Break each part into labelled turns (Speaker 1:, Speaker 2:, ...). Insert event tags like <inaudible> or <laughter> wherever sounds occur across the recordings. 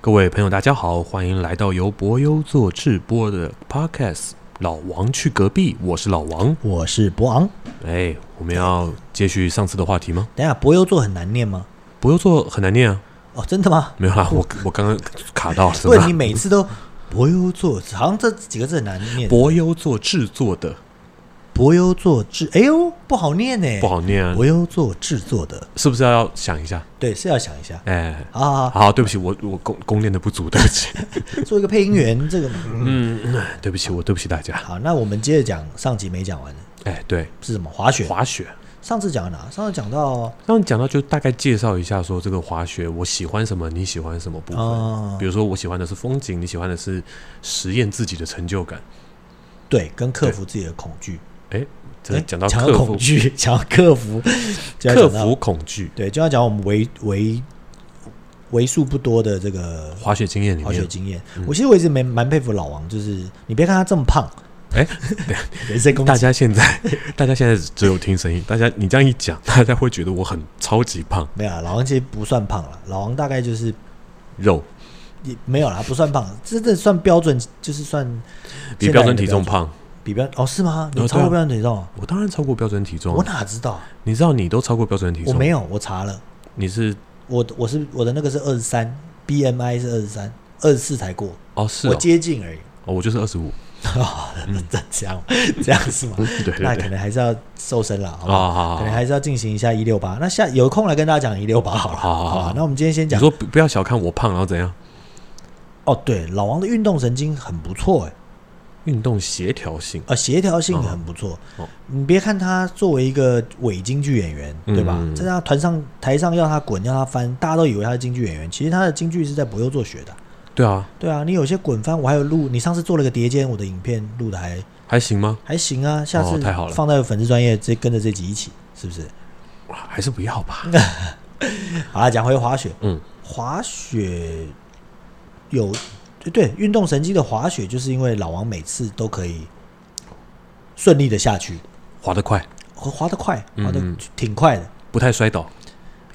Speaker 1: 各位朋友，大家好，欢迎来到由博优做制播的 Podcast《老王去隔壁》，我是老王。
Speaker 2: 我是博昂。
Speaker 1: 哎，我们要接续上次的话题吗？
Speaker 2: 等一下，博优座很难念吗？
Speaker 1: 博优做很难念啊，
Speaker 2: 哦，真的吗？
Speaker 1: 没有
Speaker 2: <laughs>
Speaker 1: 啦，我我刚刚卡到了，
Speaker 2: 不然你每次
Speaker 1: <laughs>
Speaker 2: 都博优座，好像这几个字很难念。
Speaker 1: 博优做制作的
Speaker 2: 博优座制，哎呦，不好念呢。
Speaker 1: 不好念啊，
Speaker 2: 博优座制作的，
Speaker 1: 是不是要想一下？
Speaker 2: 对，是要想一下。
Speaker 1: 哎，
Speaker 2: 好好好，
Speaker 1: 好，对不起，我我功功练的不足，对不起，
Speaker 2: 做一个配音员，这个嗯
Speaker 1: 嗯，对不起，我对不起大家。
Speaker 2: 好。那我们接着讲上集没讲完的
Speaker 1: 哎，对，
Speaker 2: 是什么？滑雪。
Speaker 1: 滑雪。
Speaker 2: 上次讲到哪？上次讲到
Speaker 1: 刚刚讲到，就大概介绍一下，说这个滑雪我喜欢什么，你喜欢什么部分。
Speaker 2: 哦
Speaker 1: 比如说，我喜欢的是风景，你喜欢的是实验自己的成就感。
Speaker 2: 对，跟克服自己的恐惧。
Speaker 1: 哎，这
Speaker 2: 诶
Speaker 1: 讲到
Speaker 2: 讲
Speaker 1: 克服
Speaker 2: 恐惧， <laughs> 讲到克服，就要
Speaker 1: 克
Speaker 2: 讲到
Speaker 1: 服恐惧，
Speaker 2: 对，就要讲我们为为为数不多的这个
Speaker 1: 滑雪经验里
Speaker 2: 滑雪
Speaker 1: 面，
Speaker 2: 经验。我其实我一直蛮蛮佩服老王，就是你别看他这么胖，
Speaker 1: 哎，
Speaker 2: <laughs> 人身攻
Speaker 1: 大
Speaker 2: 击，
Speaker 1: 家现在 <laughs> 大家现在只有听声音，大家你这样一讲，大家会觉得我很超级胖
Speaker 2: 没有啊啦，老王其实不算胖了，老王大概就是
Speaker 1: 肉，
Speaker 2: 也没有啦，不算胖，真的算标准，就是算
Speaker 1: 比
Speaker 2: 现代人的
Speaker 1: 标准体重
Speaker 2: 标准
Speaker 1: 胖。
Speaker 2: 比标哦是吗？你
Speaker 1: 哦
Speaker 2: 超
Speaker 1: 对
Speaker 2: 过
Speaker 1: 啊
Speaker 2: 标准体重啊？
Speaker 1: 我当然超过标准体重
Speaker 2: 我
Speaker 1: 啊，
Speaker 2: 哪知道？
Speaker 1: 你知道你都超过标准体
Speaker 2: 我
Speaker 1: 重，
Speaker 2: 没
Speaker 1: 有，
Speaker 2: 有，我查了，
Speaker 1: 你是
Speaker 2: 我我是我的那个是二十三，BMI 是二十三，二十四才过，
Speaker 1: 哦嗯是
Speaker 2: 我
Speaker 1: 哦，
Speaker 2: 接近而已。
Speaker 1: 哦我就是二十五， <laughs>
Speaker 2: 哦， <laughs> 这样这样是
Speaker 1: <laughs>
Speaker 2: 吗？
Speaker 1: 对对
Speaker 2: 那可
Speaker 1: 对，
Speaker 2: 能还是要瘦身了，好
Speaker 1: 啊
Speaker 2: 不好？
Speaker 1: 好好
Speaker 2: 可能
Speaker 1: 好，
Speaker 2: 还是要进行一下一六八。那下有空来跟大家讲一六八好了。
Speaker 1: 好好好
Speaker 2: 不那我们今天先
Speaker 1: 你
Speaker 2: 讲
Speaker 1: 说不不要小看我胖，然后怎样？
Speaker 2: 哦，对，老王的运动神经很不错哎，
Speaker 1: 运动协调性，
Speaker 2: 呃，协调性
Speaker 1: 嗯
Speaker 2: 很不错。
Speaker 1: 哦
Speaker 2: 你别看他作为一个伪京剧演员，对吧
Speaker 1: 嗯？
Speaker 2: 在他团上台上要他滚要他翻，大家都以为他是京剧演员，其实他的京剧是在博优做学的。
Speaker 1: 对啊，
Speaker 2: 对啊，你有些滚翻我还有录，你上次做了个叠肩，我的影片录的还
Speaker 1: 还行吗？
Speaker 2: 还行啊，下次
Speaker 1: 哦太好了
Speaker 2: 放在粉丝专业这跟着这集一起，是不是？
Speaker 1: 哇还是不要
Speaker 2: <laughs>
Speaker 1: 吧。
Speaker 2: 好啦，讲回滑雪，
Speaker 1: 嗯，
Speaker 2: 滑雪有对对运动神经的滑雪，就是因为老王每次都可以顺利的下去，
Speaker 1: 滑得快，
Speaker 2: 滑滑得快，滑得
Speaker 1: 嗯嗯
Speaker 2: 挺快的，
Speaker 1: 不太摔倒，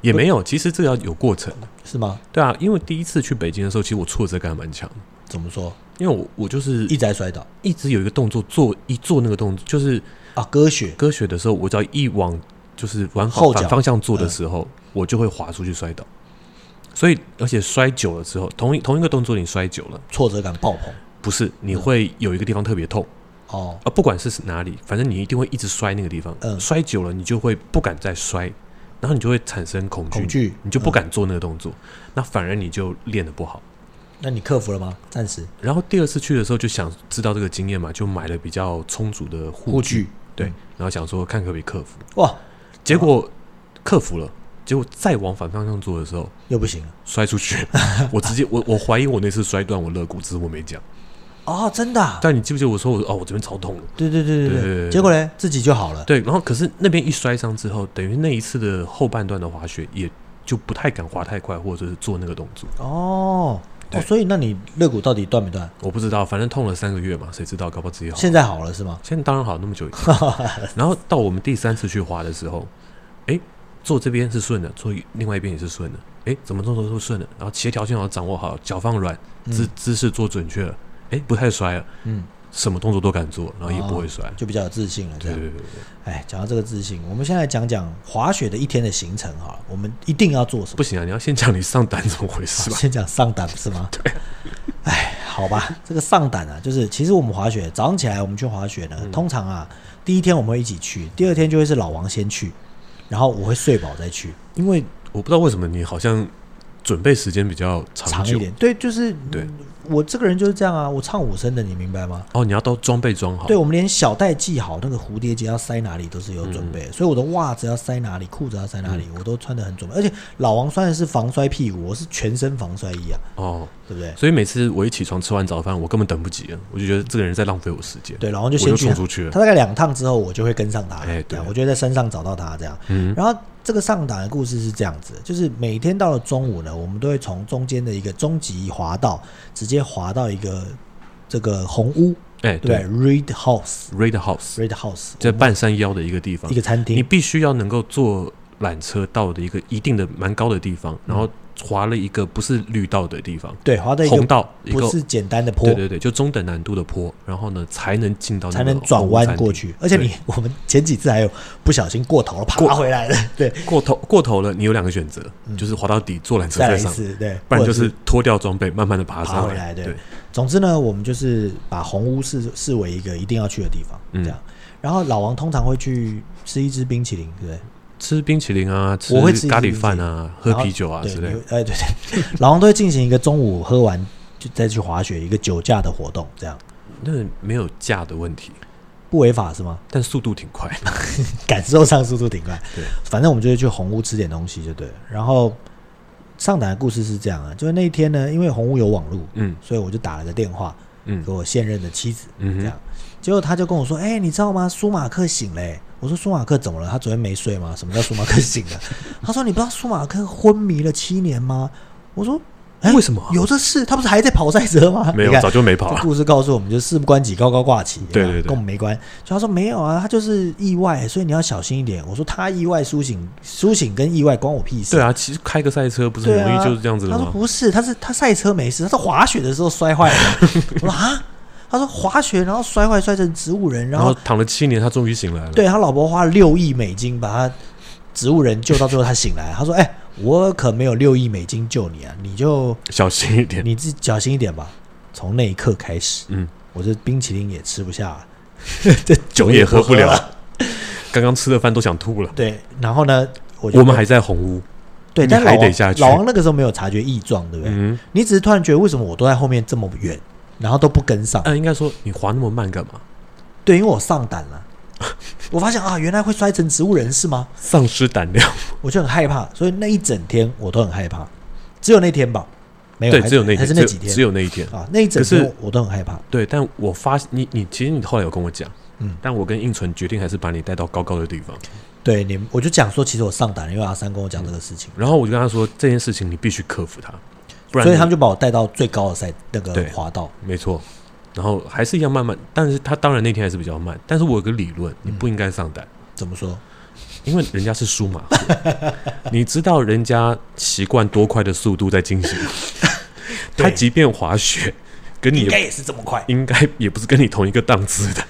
Speaker 1: 也没有。其实这要有过程的，
Speaker 2: 是吗？
Speaker 1: 对啊。因为第一次去北京的时候，其实我挫折感蛮强的，
Speaker 2: 怎么说？
Speaker 1: 因为我我就是
Speaker 2: 一直在摔倒
Speaker 1: 一直有一个动作做一做那个动作，就是
Speaker 2: 啊，割血
Speaker 1: 割雪的时候，我只要一往就是往
Speaker 2: 后脚嗯
Speaker 1: 反方向做的时候，我就会滑出去摔倒。所以，而且摔久了之后，同一同一个动作你摔久了，
Speaker 2: 挫折感爆棚
Speaker 1: 不是你
Speaker 2: 嗯
Speaker 1: 会有一个地方特别痛
Speaker 2: 哦，
Speaker 1: 啊，不管是哪里，反正你一定会一直摔那个地方。
Speaker 2: 嗯
Speaker 1: 摔久了，你就会不敢再摔，然后你就会产生恐惧，
Speaker 2: 恐惧嗯
Speaker 1: 你就不敢做那个动作，那反而你就练得不好。
Speaker 2: 那你克服了吗？暂时
Speaker 1: 然后第二次去的时候就想知道这个经验嘛，就买了比较充足的护
Speaker 2: 护
Speaker 1: 具，
Speaker 2: 具
Speaker 1: 对
Speaker 2: 嗯，
Speaker 1: 然后想说看可不可以克服，
Speaker 2: 哇，
Speaker 1: 结果克服了，结果再往反方向做的时候
Speaker 2: 又不行了
Speaker 1: 摔出去， <laughs> 我直接我我怀疑我那次摔断我肋骨，只是我没讲。
Speaker 2: 哦，真的啊、
Speaker 1: 但你记不记得我说我哦我这边超痛的，
Speaker 2: 对对对
Speaker 1: 对对对
Speaker 2: 对，结果呢，自己就好了，
Speaker 1: 对，然后可是那边一摔伤之后，等于那一次的后半段的滑雪也就不太敢滑太快，或者是做那个动作。
Speaker 2: 哦哦，所以那你肋骨到底断没断？
Speaker 1: 我不知道，反正痛了三个月嘛，谁知道搞不好自己好。
Speaker 2: 现在好了是吗？
Speaker 1: 现在当然好，那么久以前。然后到我们第三次去滑的时候，诶，坐这边是顺的，坐另外一边也是顺的，诶，怎么做都是顺的。然后协调性要掌握好，脚放软，姿姿势做准确了，诶，不太摔了，
Speaker 2: 嗯，
Speaker 1: 什么动作都敢做，然后也不会摔。
Speaker 2: 就比较有自信了。这
Speaker 1: 对
Speaker 2: 样，
Speaker 1: 对对对，
Speaker 2: 哎，讲到这个自信，我们现在讲讲滑雪的一天的行程好了，我们一定要做什么？
Speaker 1: 不行啊，你要先讲你上单怎么回事吧？
Speaker 2: 先讲上胆是吗？对。哎，好吧，这个上胆啊，就是其实我们滑雪，早上起来我们去滑雪呢，
Speaker 1: 嗯
Speaker 2: 通常啊，第一天我们会一起去，第二天就会是老王先去，然后我会睡饱再去，
Speaker 1: 因为我不知道为什么你好像准备时间比较长
Speaker 2: 长
Speaker 1: 久
Speaker 2: 一点。对，就是
Speaker 1: 对
Speaker 2: 嗯我这个人就是这样啊，我唱五声的，你明白吗？
Speaker 1: 哦，你要都装备装好。
Speaker 2: 对，我们连小袋系好，那个蝴蝶结要塞哪里都是有准
Speaker 1: 嗯
Speaker 2: 备的，所以我的袜子要塞哪里，裤子要塞哪里，我都穿的很准备。而且老王穿的是防摔屁股，我是全身防摔衣啊，
Speaker 1: 哦，
Speaker 2: 对不对？
Speaker 1: 所以每次我一起床吃完早饭，我根本等不及了，我就觉得这个人在浪费我时间。
Speaker 2: 对，老王就
Speaker 1: 我
Speaker 2: 先
Speaker 1: 就
Speaker 2: 去
Speaker 1: 冲
Speaker 2: 他，
Speaker 1: 出去了
Speaker 2: 他大概两趟之后，我就会跟上他，
Speaker 1: 哎
Speaker 2: 这样
Speaker 1: 对
Speaker 2: 我就会在山上找到他这样。
Speaker 1: 嗯
Speaker 2: 然后这个上档的故事是这样子，就是每天到了中午呢，我们都会从中间的一个终极滑道直接滑到一个这个红屋，
Speaker 1: 哎，
Speaker 2: 对不对，Reed House，Reed
Speaker 1: ，Red House
Speaker 2: House
Speaker 1: 在半山腰的一个地方
Speaker 2: 一，个餐
Speaker 1: 你
Speaker 2: 厅，
Speaker 1: 必须要能够坐缆车到的一个一定的蛮高的地方，然后划了一个不是绿道的地方，
Speaker 2: 对，嗯滑到一
Speaker 1: 红
Speaker 2: 个
Speaker 1: 道一
Speaker 2: 不
Speaker 1: 个。
Speaker 2: 是简单的坡
Speaker 1: 对，对对，就中等难度的坡，然后呢才能进到那
Speaker 2: 才
Speaker 1: 个
Speaker 2: 能转
Speaker 1: 红
Speaker 2: 弯
Speaker 1: 山
Speaker 2: 过
Speaker 1: 顶
Speaker 2: 去。而且你我们前几次还有不小心过头了，爬回来了，对，
Speaker 1: 过头过头了，你有两个选择，就是滑到底坐缆车
Speaker 2: 嗯再来
Speaker 1: 再
Speaker 2: 一
Speaker 1: 上，
Speaker 2: 次，对，
Speaker 1: 不然
Speaker 2: 或者
Speaker 1: 就是脱掉装备，慢慢的爬
Speaker 2: 爬
Speaker 1: 上
Speaker 2: 回来。对，
Speaker 1: 对，
Speaker 2: 总之呢，我们就是把红屋视视为一个一定要去的地方，
Speaker 1: 嗯
Speaker 2: 这样。然后老王通常会去吃一支冰淇淋，对不对？
Speaker 1: 吃冰淇淋啊，吃
Speaker 2: 我会吃
Speaker 1: 咖
Speaker 2: 冰
Speaker 1: 喱
Speaker 2: 淇
Speaker 1: 饭
Speaker 2: 淋
Speaker 1: 啊，喝
Speaker 2: 然后
Speaker 1: 啤酒啊
Speaker 2: 对
Speaker 1: 之类
Speaker 2: 你
Speaker 1: 的
Speaker 2: 会。哎，对对， <laughs> 老王都会进行一个中午喝完就再去滑雪一个酒驾的活动，这样
Speaker 1: 那没有价的问题，
Speaker 2: 不违法是吗？
Speaker 1: 但速度挺
Speaker 2: <laughs>
Speaker 1: 快。
Speaker 2: 感受上速度挺快。
Speaker 1: 对，
Speaker 2: 反正我们就是去红屋吃点东西就对了。然后上胆的故事是这样啊，就是那一天呢，因为红屋有网路，
Speaker 1: 嗯
Speaker 2: 所以我就打了个电话
Speaker 1: 嗯
Speaker 2: 给我现任的妻子，这
Speaker 1: 嗯
Speaker 2: 样
Speaker 1: 哼，。
Speaker 2: 结果他就跟我说：“哎、你知道吗？舒马克醒嘞、我说：“舒马克怎么了？他昨天没睡吗？什么叫舒马克醒了？”
Speaker 1: <laughs>
Speaker 2: 他说：“你不知道舒马克昏迷了七年吗？”我说：“哎、
Speaker 1: 为什么啊
Speaker 2: 有这事？他不是还在跑赛车吗？”
Speaker 1: 没
Speaker 2: 你
Speaker 1: 有，
Speaker 2: 看
Speaker 1: 早就没跑
Speaker 2: 这
Speaker 1: 了。
Speaker 2: <laughs> 故事告诉我们，就是事不关己高高挂起，
Speaker 1: 对
Speaker 2: 吧
Speaker 1: 对对
Speaker 2: 跟我们没关。就他说没有啊，他就是意外，所以你要小心一点。我说他意外苏醒，苏醒跟意外关我屁事。
Speaker 1: 对啊，其实开个赛车不是
Speaker 2: 对
Speaker 1: 很
Speaker 2: 啊，
Speaker 1: 容易就是这样子
Speaker 2: 他
Speaker 1: 的
Speaker 2: 说
Speaker 1: 吗？
Speaker 2: 不是，他是他赛车没事，他是滑雪的时候
Speaker 1: <laughs>
Speaker 2: 摔坏了。我说啊，他说滑雪然后摔坏摔成植物人，然
Speaker 1: 然
Speaker 2: 后
Speaker 1: 后躺了七年，他终于醒来了。
Speaker 2: 对他老婆花了六亿美金把他植物人救到最后，他醒来，他说哎、我可没有六亿美金救你啊，你就
Speaker 1: 小心一点。
Speaker 2: 你自己小心一点吧。从那一刻开始，
Speaker 1: 嗯，
Speaker 2: 我这冰淇淋也吃不下了，
Speaker 1: <laughs>
Speaker 2: 这酒
Speaker 1: 也喝不
Speaker 2: 不
Speaker 1: 了。刚刚吃的饭都想吐了。
Speaker 2: 对，然后呢，我就
Speaker 1: 我们还在红屋。
Speaker 2: 对，
Speaker 1: 你
Speaker 2: 但老
Speaker 1: 还得
Speaker 2: 王
Speaker 1: 下去
Speaker 2: 老王那个时候没有察觉异状，对不对？
Speaker 1: 嗯哼，
Speaker 2: 你只是突然觉得为什么我都在后面这么远，然后都不跟上？
Speaker 1: 呃，应该说你滑那么慢干嘛？
Speaker 2: 对，因为我上胆了，我发现啊，原来会摔成植物人是吗？
Speaker 1: 丧失胆量。
Speaker 2: 我就很害怕，所以那一整天我都很害怕，只有那天吧，没有，
Speaker 1: 对，
Speaker 2: 还
Speaker 1: 只有那
Speaker 2: 还
Speaker 1: 天，只
Speaker 2: 是那
Speaker 1: 有
Speaker 2: 几天，
Speaker 1: 只有那一天。
Speaker 2: 啊，那一整
Speaker 1: 可
Speaker 2: 天
Speaker 1: 是
Speaker 2: 我都很害怕，
Speaker 1: 对，但我发你你其实你后来有跟我讲，
Speaker 2: 嗯
Speaker 1: 但我跟应纯决定还是把你带到高高的地方。
Speaker 2: 对你，我就讲说，其实我上胆了，因为阿三跟我讲这个事情，
Speaker 1: 然后我就跟他说这件事情你必须克服它，不然
Speaker 2: 所以他们
Speaker 1: 就
Speaker 2: 就把我带到最高的赛那个
Speaker 1: 对
Speaker 2: 滑道，
Speaker 1: 没错。然后还是一样慢慢，但是他当然那天还是比较慢。但是我有个理论，你不应该上胆，
Speaker 2: 怎么说？
Speaker 1: 因为人家是舒马赫，
Speaker 2: <laughs>
Speaker 1: 你知道人家习惯多快的速度在进
Speaker 2: <laughs>
Speaker 1: 行，
Speaker 2: 对
Speaker 1: 他即便滑雪，跟你
Speaker 2: 应该
Speaker 1: 也
Speaker 2: 也是这么快。
Speaker 1: 应该也不是跟你同一个档次的，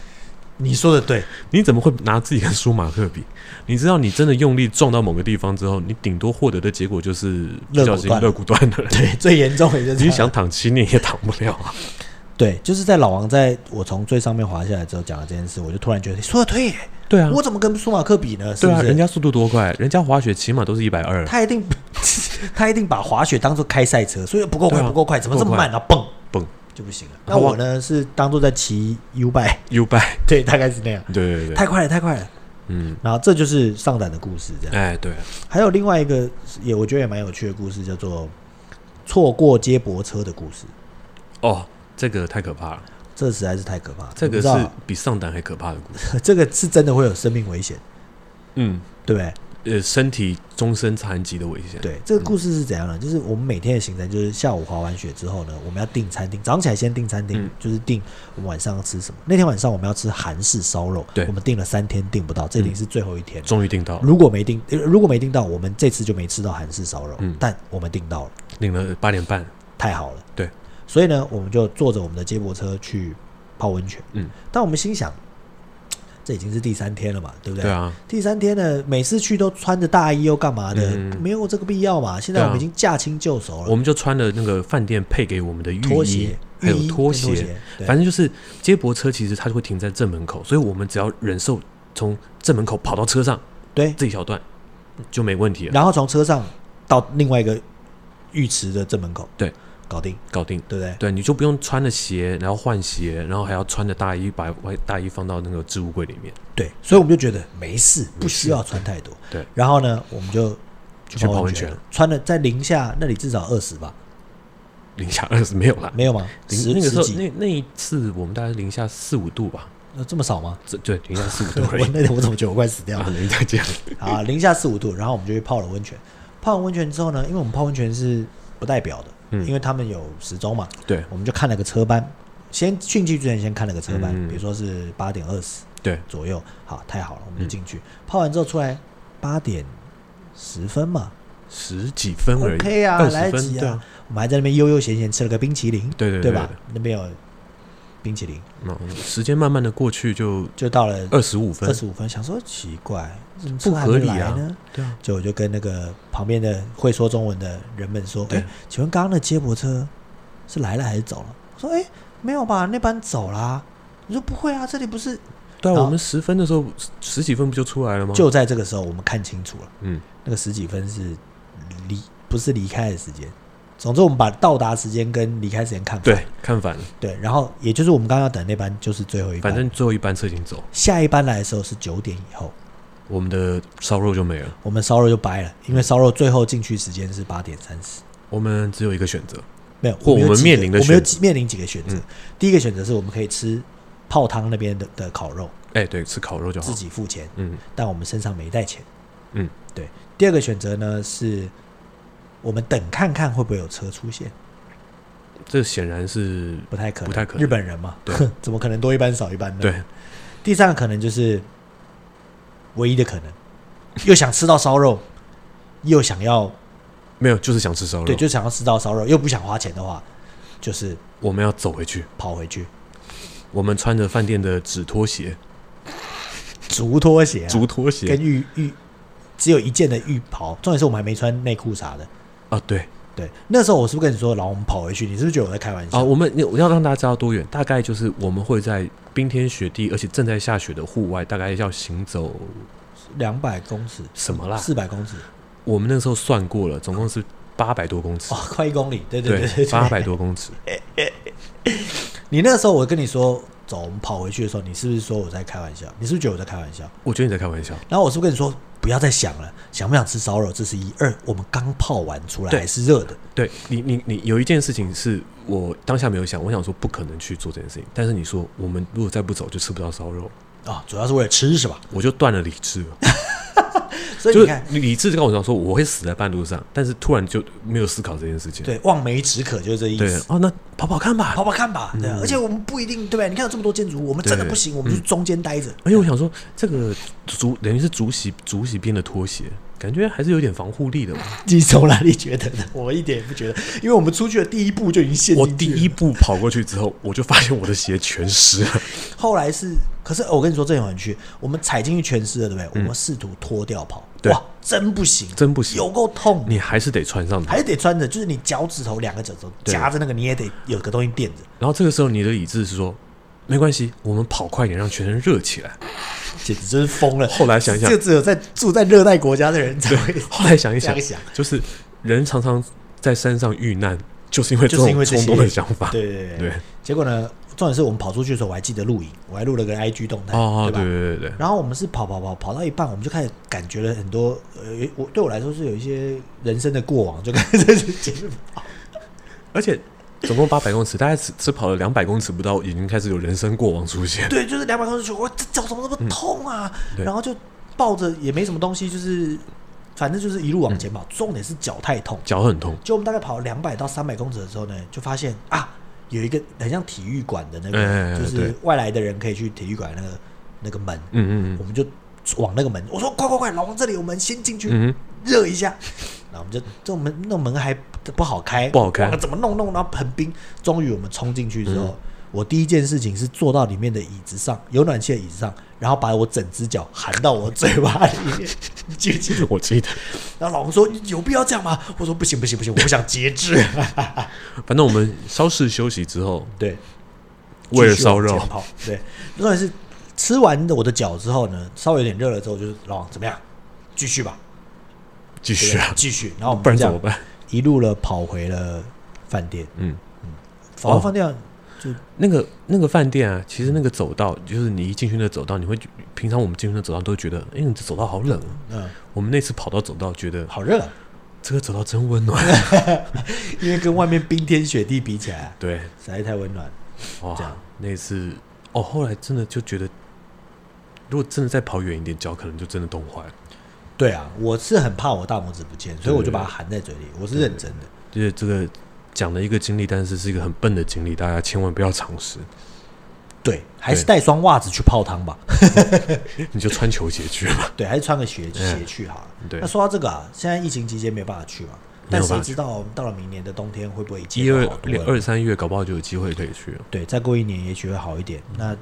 Speaker 2: 你说的对，
Speaker 1: 你怎么会拿自己跟舒马赫比？你知道，你真的用力撞到某个地方之后，你顶多获得的结果就是不
Speaker 2: 肋骨
Speaker 1: 小心
Speaker 2: 断了
Speaker 1: 肋骨断了。
Speaker 2: 对， <laughs> 最严重的就是这
Speaker 1: 你
Speaker 2: 样
Speaker 1: 想躺七年也躺不了啊！
Speaker 2: <laughs> 对，就是在老王在我从最上面滑下来之后讲了这件事，我就突然觉得说的对耶，
Speaker 1: 对啊，
Speaker 2: 我怎么跟舒马克比呢？是
Speaker 1: 对
Speaker 2: 不
Speaker 1: 啊，
Speaker 2: 是？
Speaker 1: 人家速度多快，人家滑雪起码都是一百二，
Speaker 2: 他一定 <laughs> 他一定把滑雪当做开赛车，所以不够快，
Speaker 1: 对啊
Speaker 2: 不够快，怎么这
Speaker 1: 不
Speaker 2: 么
Speaker 1: 够快
Speaker 2: 慢？然后蹦
Speaker 1: 蹦
Speaker 2: 就不行了。那
Speaker 1: 然后
Speaker 2: 我
Speaker 1: 往
Speaker 2: 呢是当做在骑 U bike，
Speaker 1: U 拜，
Speaker 2: 对，大概是那样，
Speaker 1: 对对对
Speaker 2: 太
Speaker 1: 对，
Speaker 2: 快了，太快了。
Speaker 1: 嗯，
Speaker 2: 然后这就是上胆的故事，这样。
Speaker 1: 哎对，
Speaker 2: 还有另外一个也我觉得也蛮有趣的故事，叫做错过接驳车的故事。
Speaker 1: 哦，这个太可怕了，
Speaker 2: 这实在是太可怕了，
Speaker 1: 这
Speaker 2: 我
Speaker 1: 个
Speaker 2: 不知道
Speaker 1: 是比上胆还可怕的故事。
Speaker 2: <laughs> 这个是真的会有生命危险，
Speaker 1: 嗯，
Speaker 2: 对不对？
Speaker 1: 呃，身体终身残疾的危险。，
Speaker 2: 对，这个故事是怎样呢？就是我们每天的行程就是下午滑完雪之后呢，我们要订餐厅，早上起来先订餐厅，
Speaker 1: 嗯
Speaker 2: 就是订我们晚上要吃什么。那天晚上我们要吃韩式烧肉，
Speaker 1: 对嗯
Speaker 2: 我们订了三天订不到，这一定是最后一天。
Speaker 1: 终于订到了，
Speaker 2: 如果没订，呃如果没订到，我们这次就没吃到韩式烧肉，
Speaker 1: 嗯
Speaker 2: 但我们订到了，
Speaker 1: 领了八点半，
Speaker 2: 太好了。
Speaker 1: 对，
Speaker 2: 所以呢，我们就坐着我们的接驳车去泡温泉。
Speaker 1: 嗯，
Speaker 2: 但我们心想，这已经是第三天了嘛，对不
Speaker 1: 对啊，
Speaker 2: 第三天呢，每次去都穿着大衣又干嘛的，
Speaker 1: 嗯
Speaker 2: 没有这个必要嘛。现在
Speaker 1: 对啊
Speaker 2: 我们已经驾轻就熟
Speaker 1: 我
Speaker 2: 了，
Speaker 1: 们就穿了那个饭店配给我们的浴
Speaker 2: 拖
Speaker 1: 衣
Speaker 2: 鞋、
Speaker 1: 还有
Speaker 2: 浴衣
Speaker 1: 拖
Speaker 2: 跟拖
Speaker 1: 鞋，
Speaker 2: 对
Speaker 1: 反正就是接驳车，其实它就会停在正门口，所以我们只要忍受从正门口跑到车上
Speaker 2: 对。
Speaker 1: 这一小段就没问题了，
Speaker 2: 然后从车上到另外一个浴池的正门口，
Speaker 1: 对，
Speaker 2: 搞定，
Speaker 1: 搞定。
Speaker 2: 对不对？
Speaker 1: 对，你就不用穿着鞋，然后换鞋，然后还要穿着大衣，把外大衣放到那个置物柜里面。
Speaker 2: 对，所以我们就觉得没事，不需要穿太多。
Speaker 1: 对，
Speaker 2: 然后呢，我们就
Speaker 1: 去泡
Speaker 2: 泡温
Speaker 1: 温
Speaker 2: 泉了
Speaker 1: 泉，
Speaker 2: 穿了在零下那里至少二十吧，
Speaker 1: 零下二十没有啦，
Speaker 2: 没有吗？十
Speaker 1: 零那个时
Speaker 2: 十
Speaker 1: 候
Speaker 2: 几，
Speaker 1: 那那一次我们大概零下四五度吧，
Speaker 2: 呃这么少 <laughs> 吗？
Speaker 1: 这对零下四五度而
Speaker 2: <laughs> 我
Speaker 1: 已
Speaker 2: 那天我怎么觉得我快死掉了
Speaker 1: 啊！？您再
Speaker 2: <laughs>
Speaker 1: 讲，
Speaker 2: 啊，零下四五度，然后我们就去泡了温泉。泡完温泉之后呢，因为我们泡温泉是不带表的，
Speaker 1: 嗯
Speaker 2: 因为他们有时钟嘛，
Speaker 1: 对
Speaker 2: 我们就看了个车班，先进去之前先看了个车班，
Speaker 1: 嗯
Speaker 2: 比如说是八点二十
Speaker 1: 对，嗯
Speaker 2: 左右，好，太好了，我们就进去、泡完之后出来八点十分嘛
Speaker 1: 十几分而已
Speaker 2: ，OK 啊，
Speaker 1: 二
Speaker 2: 来
Speaker 1: 十
Speaker 2: 得及
Speaker 1: 分，对
Speaker 2: 啊
Speaker 1: 啊，，
Speaker 2: 我们还在那边悠悠闲闲吃了个冰淇淋，
Speaker 1: 对对对
Speaker 2: 对吧？？那边有冰淇淋，
Speaker 1: 嗯，时间慢慢的过去就
Speaker 2: 就到了
Speaker 1: 二十五分
Speaker 2: 二，十五分，想说奇怪，怎么
Speaker 1: 不
Speaker 2: 车还
Speaker 1: 合
Speaker 2: 没
Speaker 1: 理
Speaker 2: 来
Speaker 1: 啊
Speaker 2: 呢？
Speaker 1: 对啊，
Speaker 2: 就我就跟那个旁边的会说中文的人们说：“哎、
Speaker 1: 对
Speaker 2: 请问刚刚的接驳车是来了还是走了？”我说：“哎、没有吧，那班走啦。”你说：“不会啊，这里不是。
Speaker 1: 对
Speaker 2: 然
Speaker 1: 啊，
Speaker 2: 后
Speaker 1: 我们十分的时候十几分不就出来了吗？”
Speaker 2: 就在这个时候，我们看清楚了，
Speaker 1: 嗯，
Speaker 2: 那个十几分是离不是离开的时间。总之，我们把到达时间跟离开时间看反
Speaker 1: 对，看反了，
Speaker 2: 对，然后也就是我们刚刚要等那班就是最后一班，
Speaker 1: 反正最后一班车已经走，
Speaker 2: 下一班来的时候是九点以后，
Speaker 1: 我们的烧肉就没了，
Speaker 2: 我们烧肉就掰了，
Speaker 1: 嗯
Speaker 2: 因为烧肉最后进去时间是八点三十。
Speaker 1: 我们只有一个选择，
Speaker 2: 没有，
Speaker 1: 或
Speaker 2: 们有
Speaker 1: 我们
Speaker 2: 几
Speaker 1: 面
Speaker 2: 个
Speaker 1: 临的
Speaker 2: 我们有
Speaker 1: 选
Speaker 2: 几面临几个选择。
Speaker 1: 嗯
Speaker 2: 第一个选择是我们可以吃泡汤那边的的烤肉，
Speaker 1: 哎，对，吃烤肉就好
Speaker 2: 自，己付钱，
Speaker 1: 嗯，
Speaker 2: 但我们身上没带钱。
Speaker 1: 嗯，
Speaker 2: 对。第二个选择呢是，我们等看看会不会有车出现，
Speaker 1: 这显然是
Speaker 2: 不太可能，
Speaker 1: 不太可能
Speaker 2: 日本人嘛，
Speaker 1: 对，
Speaker 2: <laughs> 怎么可能多一班少一班呢？。
Speaker 1: 对，
Speaker 2: 第三个可能就是唯一的可
Speaker 1: <laughs>
Speaker 2: 能，又想吃到烧肉，又想要
Speaker 1: 没有，就是想吃烧
Speaker 2: 对，
Speaker 1: 肉，
Speaker 2: 就想要吃到烧肉，又不想花钱的话，就是
Speaker 1: 我们要走回去，
Speaker 2: 跑回去，
Speaker 1: 我们穿着饭店的纸拖鞋，
Speaker 2: 足拖鞋、啊，
Speaker 1: 竹拖鞋
Speaker 2: 跟浴浴只有一件的浴袍，重点是我们还没穿内裤啥的。
Speaker 1: 啊，对
Speaker 2: 对，那时候我是不是跟你说，然后我们跑回去，你是不是觉得我在开玩笑？
Speaker 1: 啊，我们我要让大家知道多远，大概就是我们会在冰天雪地，而且正在下雪的户外，大概要行走
Speaker 2: 两百公尺，
Speaker 1: 什么啦？
Speaker 2: 四百公尺，
Speaker 1: 我们那时候算过了，总共是八百多公尺
Speaker 2: 哇，，快一公里，对对对
Speaker 1: 八
Speaker 2: 对对。
Speaker 1: 百多公尺，
Speaker 2: 你那时候我跟你说走，我们跑回去的时候，你是不是说我在开玩笑？你是不是觉得我在开玩笑？
Speaker 1: 我觉得你在开玩笑。
Speaker 2: 然后我是不是跟你说不要再想了，想不想吃烧肉？这是一二，我们刚泡完出来
Speaker 1: 对
Speaker 2: 还是热的，
Speaker 1: 对你，你，你有一件事情是我当下没有想，我想说不可能去做这件事情，但是你说我们如果再不走就吃不到烧肉，
Speaker 2: 啊、主要是为了吃是吧？
Speaker 1: 我就断了理智
Speaker 2: <laughs>
Speaker 1: 了。
Speaker 2: 所以
Speaker 1: 就
Speaker 2: 你
Speaker 1: 是
Speaker 2: 看，
Speaker 1: 理智跟我讲说我会死在半路上，但是突然就没有思考这件事情。
Speaker 2: 对，望梅止渴就是这意
Speaker 1: 对
Speaker 2: 思。
Speaker 1: 哦，那跑跑看吧
Speaker 2: 跑。跑看吧，对啊，而且我们不一定，对吧？你看有这么多建筑物，我们真的
Speaker 1: 对
Speaker 2: 不行，我们就中间 <laughs> 待着。
Speaker 1: 而哎且我想说，这个竹等于是竹席竹席边的拖鞋，感觉还是有点防护力的嘛。
Speaker 2: <laughs> 你从哪里觉得的？我一点也不觉得，因为我们出去的第一步就已经陷进
Speaker 1: 我
Speaker 2: 去了
Speaker 1: 第一，步跑过去之后，我就发现我的鞋全湿了。
Speaker 2: 后来是，可是哦我跟你说这也很有趣，我们踩进去全湿了，对不对？我们试图脱掉跑，
Speaker 1: 对
Speaker 2: 哇，嗯真不行，
Speaker 1: 真不行
Speaker 2: 有够痛，
Speaker 1: 你还是得穿上它。
Speaker 2: 还得穿着，就是你脚趾头两个脚趾头
Speaker 1: 对
Speaker 2: 夹着那个，你也得有个东西垫着。
Speaker 1: 然后这个时候你的理智是说，没关系，我们跑快点，让全身热起
Speaker 2: <laughs>
Speaker 1: 来。
Speaker 2: 简直真是疯了！
Speaker 1: 后来想一想
Speaker 2: 就只有在住在热带国家的人才会，
Speaker 1: 后来想一
Speaker 2: 这
Speaker 1: 想，
Speaker 2: 样想
Speaker 1: 就是人常常在山上遇难，就是因为这
Speaker 2: 就是因为
Speaker 1: 种冲
Speaker 2: 这些
Speaker 1: 动的想法。
Speaker 2: 对对对
Speaker 1: 对
Speaker 2: 结果呢，重点是我们跑出去的时候，我还记得录影，我还录了个 IG 动态，
Speaker 1: 哦，
Speaker 2: 对吧？
Speaker 1: 对对对对，
Speaker 2: 然后我们是跑跑跑跑到一半，我们就开始感觉了很多，呃，有我对我来说是有一些人生的过往，就开始在节
Speaker 1: <laughs>
Speaker 2: 目跑。
Speaker 1: 而且总共八百公尺，大概只只跑了两百公尺不到，已经开始有人生过往出现。
Speaker 2: 对，就是两百公尺，我这脚怎么那么痛啊？
Speaker 1: 对
Speaker 2: 然后就抱着也没什么东西，就是反正就是一路往
Speaker 1: 嗯
Speaker 2: 前跑，重点是脚太痛。
Speaker 1: 脚很
Speaker 2: <laughs>
Speaker 1: 痛，
Speaker 2: 就我们大概跑两百到三百公尺的时候呢，就发现啊，有一个很像体育馆的那个，
Speaker 1: 哎哎哎
Speaker 2: 就
Speaker 1: 对
Speaker 2: 是外来的人可以去体育馆的那个那个门，
Speaker 1: 嗯嗯嗯
Speaker 2: 我们就往那个门，我说快快快，老王这里，我们先进去
Speaker 1: 嗯哼，
Speaker 2: 热一下。然后我们就这种门那种门还不好开，
Speaker 1: 不好开嗯
Speaker 2: 哇怎么弄弄，然后很冰。终于我们冲进去之后，我第一件事情是坐到里面的椅子上，有暖气的椅子上，然后把我整只脚含到我嘴巴里
Speaker 1: <laughs>
Speaker 2: 面，你记不记得？
Speaker 1: 我记得，
Speaker 2: 然后老王说你有必要这样吗？我说不行不行不行，我不想节
Speaker 1: <laughs>
Speaker 2: 制。
Speaker 1: 反正我们稍事休息之后，
Speaker 2: 对，
Speaker 1: 为了
Speaker 2: 继续往
Speaker 1: 烧肉
Speaker 2: 前，跑，对，重点是吃完我的脚之后呢，稍微有点热了之后，就是老王怎么样，继续吧，
Speaker 1: 继
Speaker 2: 对
Speaker 1: 续啊，
Speaker 2: 继续。然后我们
Speaker 1: 不然
Speaker 2: 这
Speaker 1: 怎
Speaker 2: 样
Speaker 1: 么办？
Speaker 2: 一路了跑回了饭店，
Speaker 1: 嗯。哦
Speaker 2: 跑到饭店就
Speaker 1: 那个那个饭店啊，其实那个走道，就是你一进去那走道，你会平常我们进去那走道都会觉得，哎、你这走道好冷、啊。
Speaker 2: 嗯
Speaker 1: 我们那次跑到走道，觉得啊
Speaker 2: 好热，啊
Speaker 1: 这个走道真温
Speaker 2: <laughs>
Speaker 1: 暖。
Speaker 2: 因为跟外面冰天雪地比起来，
Speaker 1: 对，
Speaker 2: 实在太温暖。这
Speaker 1: 哇
Speaker 2: 样，
Speaker 1: 那次哦，后来真的就觉得，如果真的再跑远一点，脚可能就真的冻坏了。
Speaker 2: 对啊，我是很怕我大拇指不见，所以我就把它含在嘴里，我是认真的。
Speaker 1: 就是这个讲了一个经历，但是是一个很笨的经历，大家千万不要尝
Speaker 2: <laughs>
Speaker 1: 试。
Speaker 2: 对，还是带双袜子去泡汤吧。 <laughs>
Speaker 1: 你就穿球鞋去吧。
Speaker 2: 对，还是穿个鞋
Speaker 1: 嗯
Speaker 2: 鞋去好了。
Speaker 1: 对
Speaker 2: 那，说到这个啊，现在疫情期间没办法去嘛，
Speaker 1: 没有
Speaker 2: 但
Speaker 1: 办法
Speaker 2: 谁知道到了明年的冬天会不会一切
Speaker 1: 一
Speaker 2: 都
Speaker 1: 二
Speaker 2: 好多了
Speaker 1: 二三月，搞不好就有机会可以去了。
Speaker 2: 对，再过一年也许会好一点。
Speaker 1: 嗯
Speaker 2: 那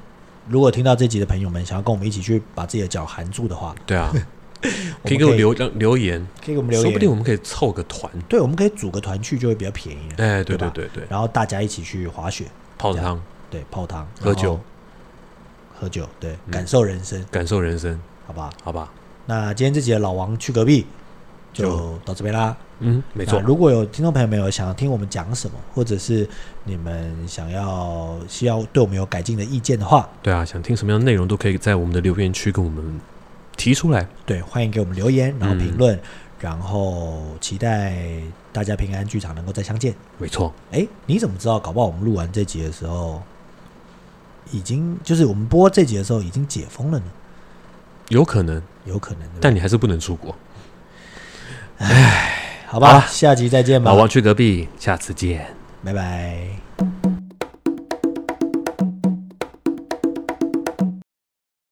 Speaker 2: 如果听到这集的朋友们想要跟我们一起去把自己的脚含住的话，
Speaker 1: 对
Speaker 2: <laughs>
Speaker 1: 啊，
Speaker 2: 我
Speaker 1: 可以
Speaker 2: 们
Speaker 1: 给我留让留言，
Speaker 2: 可以给我们留言，
Speaker 1: 说不定我们可以凑个团。
Speaker 2: 对，我们可以组个团去就会比较便宜了。
Speaker 1: 哎，对
Speaker 2: 对吧
Speaker 1: 对对，
Speaker 2: 然后大家一起去滑雪，
Speaker 1: 泡汤，
Speaker 2: 对，泡汤，
Speaker 1: 喝酒，
Speaker 2: 喝酒，对，
Speaker 1: 嗯
Speaker 2: 感受人生，
Speaker 1: 感受人生，
Speaker 2: 好不好？
Speaker 1: 好吧？
Speaker 2: 那今天这集的老王去隔壁就
Speaker 1: 就
Speaker 2: 到这边啦。
Speaker 1: 嗯，没错
Speaker 2: 那。如果有听众朋友们有想要听我们讲什么，或者是你们想要需要对我们有改进的意见的话，
Speaker 1: 对啊，想听什么样的内容都可以在我们的留言区跟我们提出来。
Speaker 2: 对，欢迎给我们留言，然后
Speaker 1: 嗯
Speaker 2: 评论，然后期待大家平安剧场能够再相见。
Speaker 1: 没错，
Speaker 2: 哎，你怎么知道？搞不好我们录完这集的时候，已经就是我们播这集的时候已经解封了呢，
Speaker 1: 有可能，
Speaker 2: 有可能。对不对
Speaker 1: 但你还是不能出国。
Speaker 2: 好吧，
Speaker 1: 好吧
Speaker 2: 下集再见吧
Speaker 1: 啊老，王去隔壁，下次见。
Speaker 2: 拜拜。